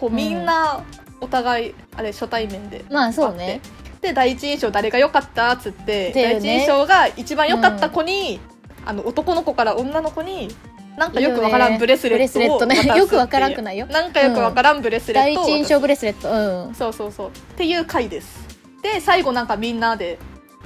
B: こうみんなお互い、あれ初対面で
A: まあそうね
B: で第一印象誰が良かったっつって、
A: だよ
B: 第
A: ね
B: 一印象が一番良かった子に、あの男の子から女の子になんかよくわからんブレスレ
A: ブレ
B: ッ
A: スレ
B: ト
A: ッ
B: を
A: トね
B: 渡すっていう
A: よくわからんくないよ
B: なんかよくわからんブレスレ
A: 第一
B: ットを渡す、
A: 印象ブレスレットうん
B: そうそうそうっていう回ですで最後なんかみんなで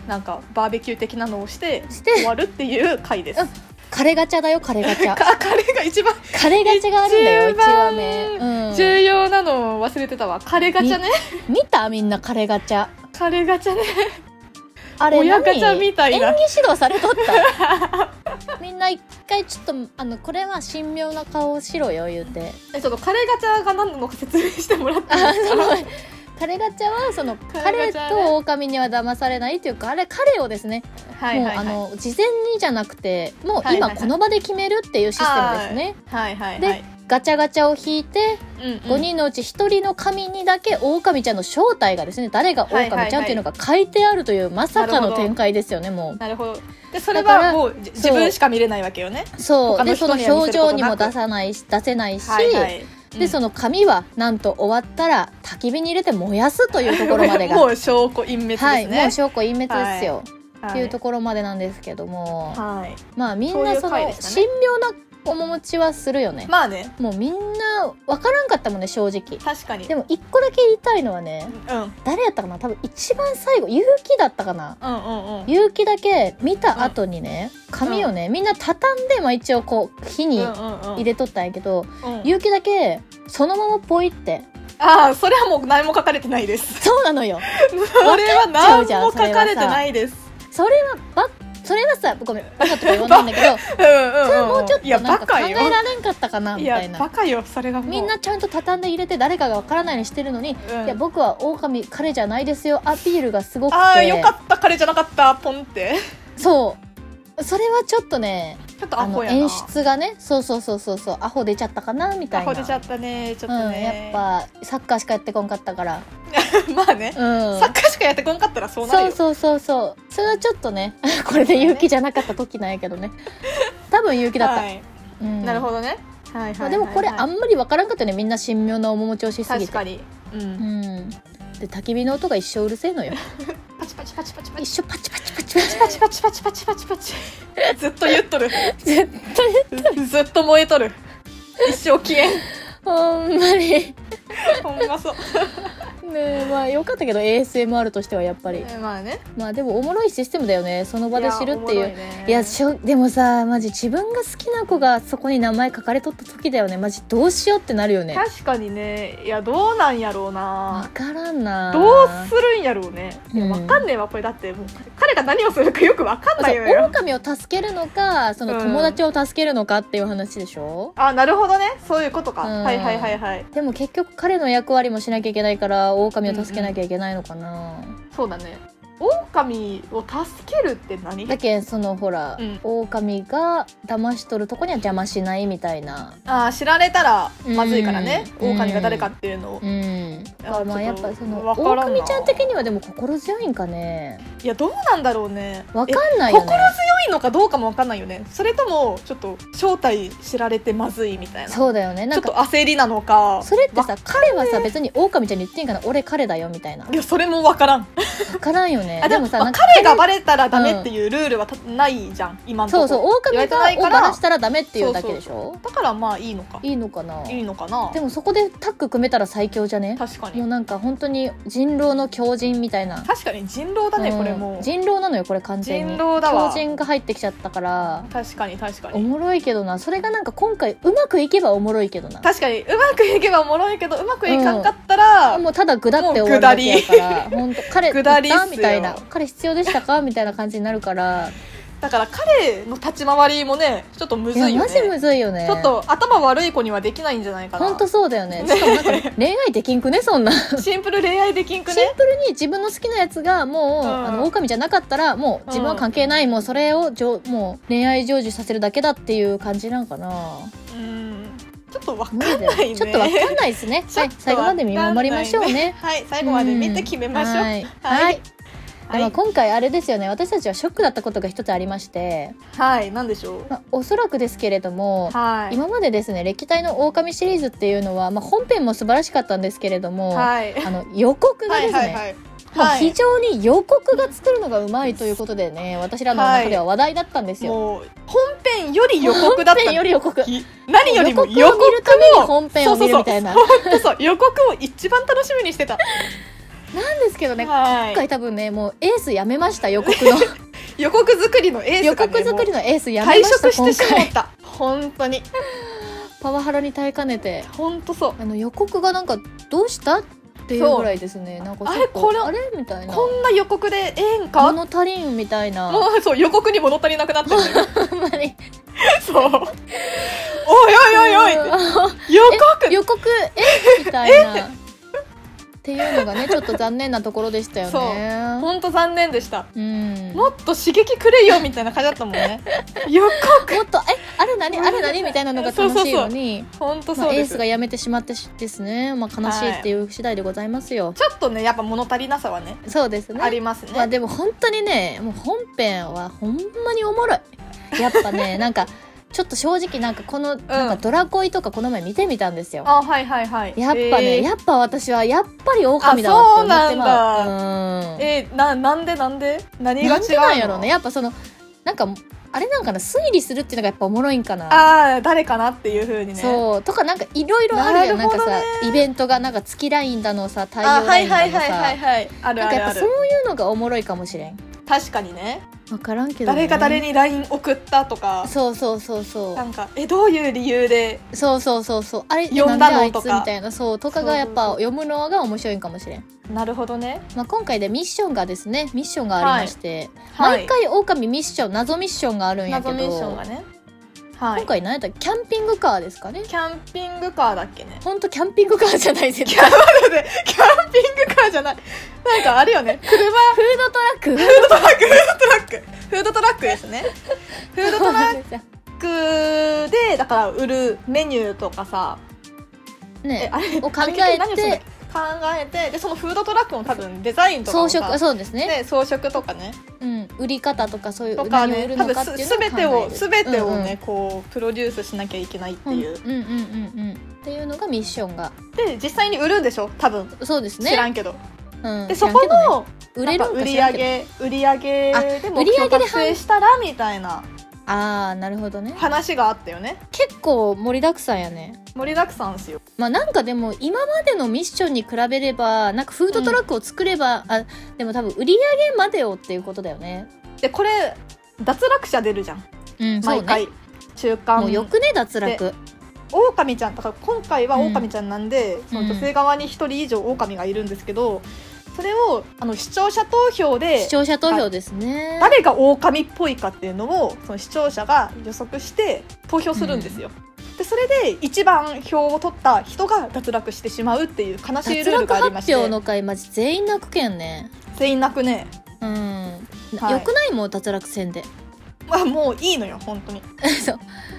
B: なんかバーベキュー的なのをして
A: し
B: 終
A: て
B: わるっていう回です
A: うんカレガチャだよカレガチャ
B: かカレーが一番
A: カレガチャがあるんだよ
B: 一
A: 一
B: 番
A: 話目、うん、
B: 重要なのを忘れてたわ、カレーガチャね
A: 見たみんなカレガチャ
B: カレーガチャね
A: あれ
B: 親
A: 何
B: ガチャみたいな
A: 演技指導されとった みんな一回ちょっとあのこれは神妙な顔をしろよ言うて
B: えちょっとカレーガチャが何なのか説明してもらっていい
A: あ
B: です
A: その
B: か
A: カレガチャはその
B: カレ
A: 彼
B: ガチャね
A: と狼には騙されないというかあれ彼をですね
B: はい
A: もう
B: はい
A: あ
B: はい
A: の事前にじゃなくてもう
B: はいはいは
A: 今
B: い
A: この場で決めるっていうシステムですね、
B: はいはいはい
A: ガチャガチャを引いて
B: うんうん
A: 5人のうち1人の神にだけ狼ちゃんの正体がですね誰が狼ちゃんっていうのが書いてあるというまさかの展開ですよねもう。
B: なるほどでそれ
A: だから
B: はもうじ自
A: そう
B: 分しか見れないわけよね
A: そう
B: 他の
A: でそ
B: 人
A: の
B: には
A: 表
B: 見せるこ
A: 情
B: となく
A: にも出さないし出せないし、
B: はいはい
A: でそ
B: の
A: の紙はなんと終わったら焚き火に入れて燃やすというところまでが。
B: もう証拠隠滅ですね
A: はい、もう証拠隠滅ですよ、っていうと
B: こ
A: ころまでなんですけども、
B: はい
A: まあみんな
B: そ
A: そう
B: いう回
A: の
B: でしたね
A: 神妙な面持ちはするよね、
B: まあね
A: もうみんな分からんかったもんね正直
B: 確かに
A: でも一個だけ言いたいのはね
B: うんうん
A: 誰やったかな多分一番最後結城だったかな
B: うんうん
A: 結城だけ見た後にね紙をねみんな畳んで、まあ、一応こう火に入
B: 入
A: れとったんやけど
B: うん
A: 結城だけそのままポイって
B: ああそれはもう何も書かれてないです
A: そうなのよ
B: それは
A: ゃう
B: 何
A: じゃん
B: も書かれてないです
A: それはばそれはさごめんバカとか言わないんだけど
B: うんうん
A: それはもうちょっ
B: い
A: と
B: や
A: なん
B: バ
A: か考
B: カ
A: え
B: よ
A: られんかったかなみ
B: い
A: た
B: や
A: いな
B: バカよそれがもう
A: みんなちゃんと畳んで入れて誰かがわからないようにしてるのに、
B: うん
A: いや僕は狼彼じゃないですよアピールがすごくて
B: ああよかった彼じゃなかったポンって
A: そうそれはちょっとね
B: ちょっとア
A: あ
B: ホ
A: の
B: やな
A: 演出がねそうそうそうそうそうアホ出ちゃったかなみた
B: ア
A: い
B: ホ
A: な
B: 出ちゃったねちょっ
A: う
B: と
A: ん、や
B: ね、
A: っぱサッカーしかやってこんかったから、
B: まあね
A: う、ん、
B: サッカーしかやってこんかったらそうなる
A: そ
B: よ
A: うそうそうそうそれはちょっとね これで勇気じゃなかった時なんやけどね多分勇気だった、
B: はい
A: うん
B: なるほどね、はいはい
A: まあ、でもこれあ
B: ま
A: んまりわからんかったよねみんな神妙な面持ちをしすぎ
B: 確
A: て
B: かに、う、
A: うんんで焚き火の音が一生うるせえのよ
B: パチパチパチパチパチ
A: 一生パチパチパチパチ
B: パチパチパチパチパチパチずっと言 っとる
A: 絶対
B: ずっと燃えとる一生消えん
A: ほんまにね
B: ほんまそう、
A: えまあよかったけど ASMR としてはやっぱり
B: えまあね
A: まあでもおもろいシステムだよねその場で知るっていういや,、
B: いやおもろいね
A: しょでもさマジ自分が好きな子がそこに名前書かれとった時だよねマジどうしようってなるよね
B: 確かにねいやどうなんやろう
A: わ
B: な
A: からんな
B: どうするんやろうねいや
A: うん
B: わかんねえわこれだってもう彼が何をするかよくわかん
A: そ
B: ないの
A: う
B: よ
A: 狼を助けるのかその友達を助けるのかっていう話でしょ、
B: あなるほどねそういうことか
A: うん
B: はいはいはいはい
A: でも結局彼の役割もしなきゃいけないから狼を助けなきゃいけないのかな、
B: そうだね狼を助けるって何
A: だけんそのほら、
B: うん
A: 狼が騙しとるとこには邪魔しないみたいな
B: あー知られたらまずいからね、
A: うん
B: 狼が誰かっていうのを、
A: うんだからまあ
B: ちょ
A: やっ
B: っと
A: ぱその
B: わからんな
A: 狼ちゃん的にはでも心強いんかね
B: いやどうなんだろうね
A: わか
B: え
A: んないよね
B: 心強いのかどうかもわかんないよねそれともちょっと正体知られてまずいみたいな
A: そうだよね
B: ち
A: なん
B: ょっと
A: か
B: 焦りなのか
A: それってさ彼はさ別に狼ちゃんに言ってんかな俺彼だよみたいない
B: やそれもわからん
A: 分からんよね
B: あ
A: で
B: でも
A: もさ
B: さ、
A: な
B: まあ
A: んか
B: 彼がバレたらダメっていうルールはたないじゃん今のとこ
A: そうそう
B: 言わ
A: 狼
B: れて
A: が
B: ない
A: を
B: か
A: バ
B: ら
A: らしたらダメっていうだけでしょ
B: だからまあいいのかい
A: いいのかない
B: のかな
A: でもそこでタッグ組めたら最強じゃね
B: 確かに
A: もうなんか本当に人狼の狂人みたいな
B: 確かに人狼だね、
A: うん
B: これもう
A: 人狼なのよこれ完全に
B: 人狼だわ
A: 狂人が入ってきちゃったから
B: 確かに確か
A: お
B: に
A: もろいけどなそれがなんか今回うまくいけばおもろいけどな
B: 確かにうまくいけばおもろいけどうまくいかんかったら、
A: もうただぐだって終わるだけやから本当彼
B: ぐだりっす
A: い
B: よ
A: ったみたいな彼必要でしたかみたいな感じになるから
B: だから彼の立ち回りもねちょっとむ
A: い
B: ずい
A: や
B: よ
A: マ
B: ね
A: ジむずいよね
B: ちょっと頭悪い子にはできないんじゃないかな
A: 本当そうだよねしかもなんか恋愛できんくねそんなシ
B: シンプル恋愛できんく
A: ン
B: ね
A: プルに自分の好きなやつがもう、
B: うん
A: あの狼じゃなかったらもう自分は関係ない、もうそれをじょもう恋愛成就させるだけだっていう感じなんかな
B: うんちょっとわかんないね
A: ちょっとわかんないです ね
B: ちょ
A: は
B: っ
A: い
B: とわかんな
A: 最
B: い
A: 後まで見守りましょうね
B: はい最後まで見て決めましょう、
A: ん
B: はい
A: はい、はい
B: は
A: でも
B: い、
A: 今回あれですよね私たちはショックだったことが一つありまして、
B: はい、なんでしょう
A: まあ、おそらくですけれども、
B: はい
A: 今までですね歴代の狼シリーズっていうのは、まあ、本編も素晴らしかったんですけれども、
B: はい
A: あの予告が
B: は
A: で
B: い
A: すね、
B: はいはい
A: もう
B: は
A: 非
B: い
A: 常に予告が作るのがうまいということでね私らの中では話題だったんですよ。
B: もう本編より予告だっ
A: 本
B: た
A: 編より予告
B: 何よりも予
A: 予告を見るために
B: 告を
A: 本編を見るみたいな
B: そうそうそう本当そう予告を一番楽しみにしてた
A: なんですけどね今
B: はい
A: 回多分ねもうエースやめました予告の
B: 予告作りのエー
A: 予
B: スが、ね、
A: 告作りのエース
B: も
A: や
B: う
A: め
B: 退
A: まし
B: 職
A: た
B: して
A: 今
B: しまっ
A: 回
B: た本当に
A: パワハラに耐えかねて
B: 本当そう
A: あの予告がなんかどうしたっていうぐらいですねなんかちょっと
B: あれこれ
A: あれみたいな
B: こんな予告でええんか
A: 物足りんみたいな
B: もうそう予告に物足りなくなってる
A: あんまり
B: そうおいおいおいおいって予 告
A: 予告えみたいなっていうのがねちょっと残念なところでしたよね。
B: 本当残念でした
A: うん、も
B: もっと刺激くれよみたいな感じだったも んね予告
A: っとえあれ何あれ何みたいなのが楽しいのに
B: 本当
A: ま
B: そ
A: あ、
B: う
A: エ
B: で
A: ー
B: す、
A: スが辞めてしまってしですね、まあ、悲しいっていう次第でございますよ。
B: ちょっとねやっぱ物足りなさはね
A: そうですね
B: ありますね、
A: まあ、でも本当にねもう本編はほんまにおもろい。やっぱ ねなんかちょっと正直なんかこの、なんかドラコイとかこの前見てみたんですよ。
B: あはいはいはい
A: やっぱね、
B: えー
A: やっぱ私はやっぱり狼だわって思ってま
B: あそう
A: う。うん
B: えーななんでなんで何が
A: なん
B: 違う
A: で
B: の
A: なんやろうねやっぱそのなんかあれなんかな推理するっていうのがやっぱおもろいんかな、
B: ああ誰かなっていうふうにね
A: そうとかなんかいろいろあるやん
B: な
A: なんか
B: るほどね
A: さイベントがなんか月ラインだのさ太
B: あ
A: 陽ラ
B: は
A: イ
B: い
A: ンだ
B: はい
A: のさ、
B: はいはいはいある
A: なん
B: あ
A: か
B: る
A: や
B: あ
A: っぱそう
B: る
A: いうのがおもろいかもしれん
B: 確かにね
A: 分からんけど、ね、
B: 誰が誰に LINE 送ったとか
A: そうそうそうそ
B: な
A: うん
B: かえどういう理由で
A: そうそうそうそうあれ
B: 呼ん
A: なん
B: だの
A: であいつ
B: とか
A: みたいなそうとかがやっぱ
B: そう
A: 読むのが面白いんかもしれん、
B: なるほどね
A: まあ、今回でミッションがですねミッションがありまして、
B: はい
A: 毎回オオカミミッション謎ミッションがあるんやけ
B: 謎
A: ど
B: ミッションがねはい
A: 今回何やったっけキャンピングカーですかね
B: キャンピングカーだっけね
A: ほんとキャンピングカーじゃない絶
B: キャ
A: 対
B: ンキャンピングカーじゃないなんかあるよね 車
A: フードトラック
B: フードトラックフードトラックフードトラックですねフードトラックでだから売るメニューとかさ え
A: ね
B: あれ
A: を考えて
B: あれ何をするんだっけ考えてでそのフードトラックの多分デザインとか
A: 装
B: もさ
A: 飾そうですね
B: ね、装飾とかね
A: うん、売り方とかそういう
B: とか
A: 何を売
B: ね
A: る
B: 多
A: の
B: 分
A: かって
B: す
A: いうのを考え
B: 全てを
A: る
B: 全てをね、
A: うんうん
B: こうプロデュースしなきゃいけないっていう、
A: うんうんうんうんっていうのがミッションが
B: で実際に売るんでしょ多分
A: そうです
B: 知ら
A: ね、
B: んけど、
A: うん、
B: で
A: 知
B: そ
A: らん
B: こ
A: けどね
B: の
A: 売れる
B: なん
A: ん
B: か売
A: か
B: り
A: 知ら
B: 上
A: んけど
B: げ売り上げでも
A: 売り上げで
B: 達成したらみたいな
A: ああなるほどね
B: 話があったよね
A: 結構盛りだくさんやね
B: 盛りだくさんですよ
A: まあなんかでも今までのミッションに比べればなんかフードトラックを作れば、あでも多分売り上げまでをっていうことだよね
B: でこれ脱落者出るじゃん、
A: うんそう
B: 毎
A: ね
B: 回中間
A: もうよくね脱落
B: オオカミちゃんだから今回は
A: うん
B: オオカミちゃんなんで、その女性側に1人以上オオカミがいるんですけどそれをあの視聴者投票で
A: 視聴者投票ですね
B: 誰がオオカミっぽいかっていうのをその視聴者が予測して投票するんですよ。でそれで一番票を取った人が脱落してしまうっていう悲しい
A: 脱
B: ルール
A: 落
B: がありまし
A: 発表
B: て
A: の回マジ全員泣くけんね
B: 全員泣くね
A: うん、
B: はい
A: よくないもん脱落戦で
B: まあもういいのよ本当に
A: そう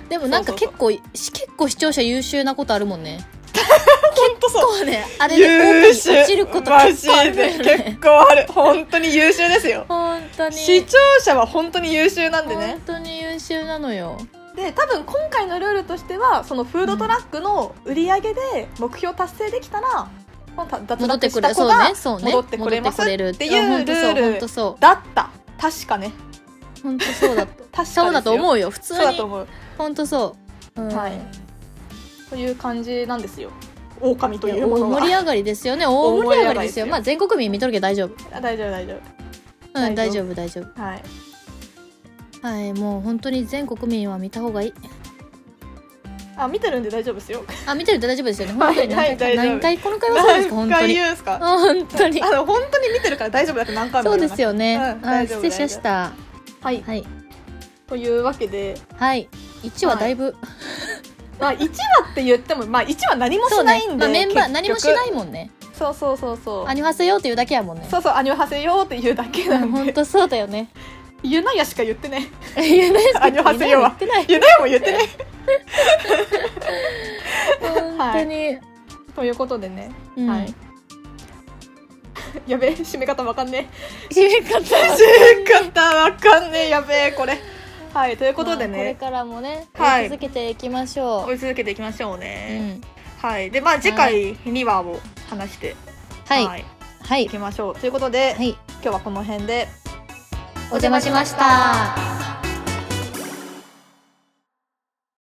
A: でもなんか
B: そうそう
A: 結構し結構視聴者優秀なことあるもんね
B: 本当そう
A: そうねあれで
B: 優
A: 落
B: 秀
A: ちること
B: マ
A: 結
B: ジ
A: 構ある
B: で
A: よ
B: 結
A: ね
B: 構ある本当に優秀ですよ
A: 本当に
B: 視聴者は本当に優秀なんでね
A: 本当に優秀なのよ
B: で多分今回のルールとしてはそのフードトラックの売り上げで目標達成できたら、まあた脱
A: 戻って
B: 落
A: く
B: し
A: れ
B: た子
A: そう
B: が
A: ねそうね
B: 戻ってくれます
A: 戻
B: っていうルール
A: 本当そう
B: だった確かね
A: 本当そう本当そうだった
B: 確かですよ
A: そうだと思うよ普通
B: そうだと
A: に
B: 思う、
A: 本当そう、うん
B: はいという感じなんですよ狼と
A: い
B: い
A: や
B: うも
A: 大
B: のは
A: 盛り上がりですよね大盛り上がりですよ
B: 大盛り上がりですよ
A: まあ全国民見とるけど大丈夫
B: あ大丈夫大丈
A: うん大
B: 大丈
A: 丈夫大丈夫
B: 夫はい
A: はいもう本当に全国民は見た方がいい
B: あ見てるんで大丈夫ですよ
A: あ見てると大丈夫ですよね
B: はい
A: 本当に何回か
B: は
A: 何回この
B: い大丈夫
A: 回はそうですか本
B: 何
A: 当
B: 回
A: に
B: 言うんですか
A: 本当 に
B: あの本当に見てるから大丈夫だって何回も
A: そ
B: 言
A: う
B: わな
A: で
B: い
A: すよね
B: うん
A: あ
B: 大丈夫
A: 失礼しました
B: はい
A: はい
B: というわけで
A: はい1はだいぶ
B: まあ1話って言ってもまあ1話何も
A: そ
B: し
A: う
B: な
A: ね
B: いんで、
A: まあメンバー
B: 結
A: 何
B: 局
A: もしないもんね
B: そうそうそうそう
A: アニファセよっていうだけやもんね
B: そうそう、アニョハセヨーっていうだけなん
A: 本
B: で、
A: 当そうだよね
B: ユナヤしか言ってね。
A: 言えないです
B: アニョハセヨは
A: 言ってない
B: ユナヤも言ってね。
A: 本当に
B: ということでね、
A: うん
B: はい。やべえ、締め方わかんね
A: 締め方
B: え。締め方わかんねえ、やべえ、これ。はい、ということで
A: まあこれ
B: ね、
A: からもね
B: はい
A: 追い続けていきましょう、
B: 追い続けていきましょう
A: う
B: ね。
A: ん
B: はい、で、まあ、次回2話を話して、
A: はい
B: い、
A: はい
B: いきましょう。ということで、
A: はい
B: 今日はこの辺で。
A: お邪魔しました。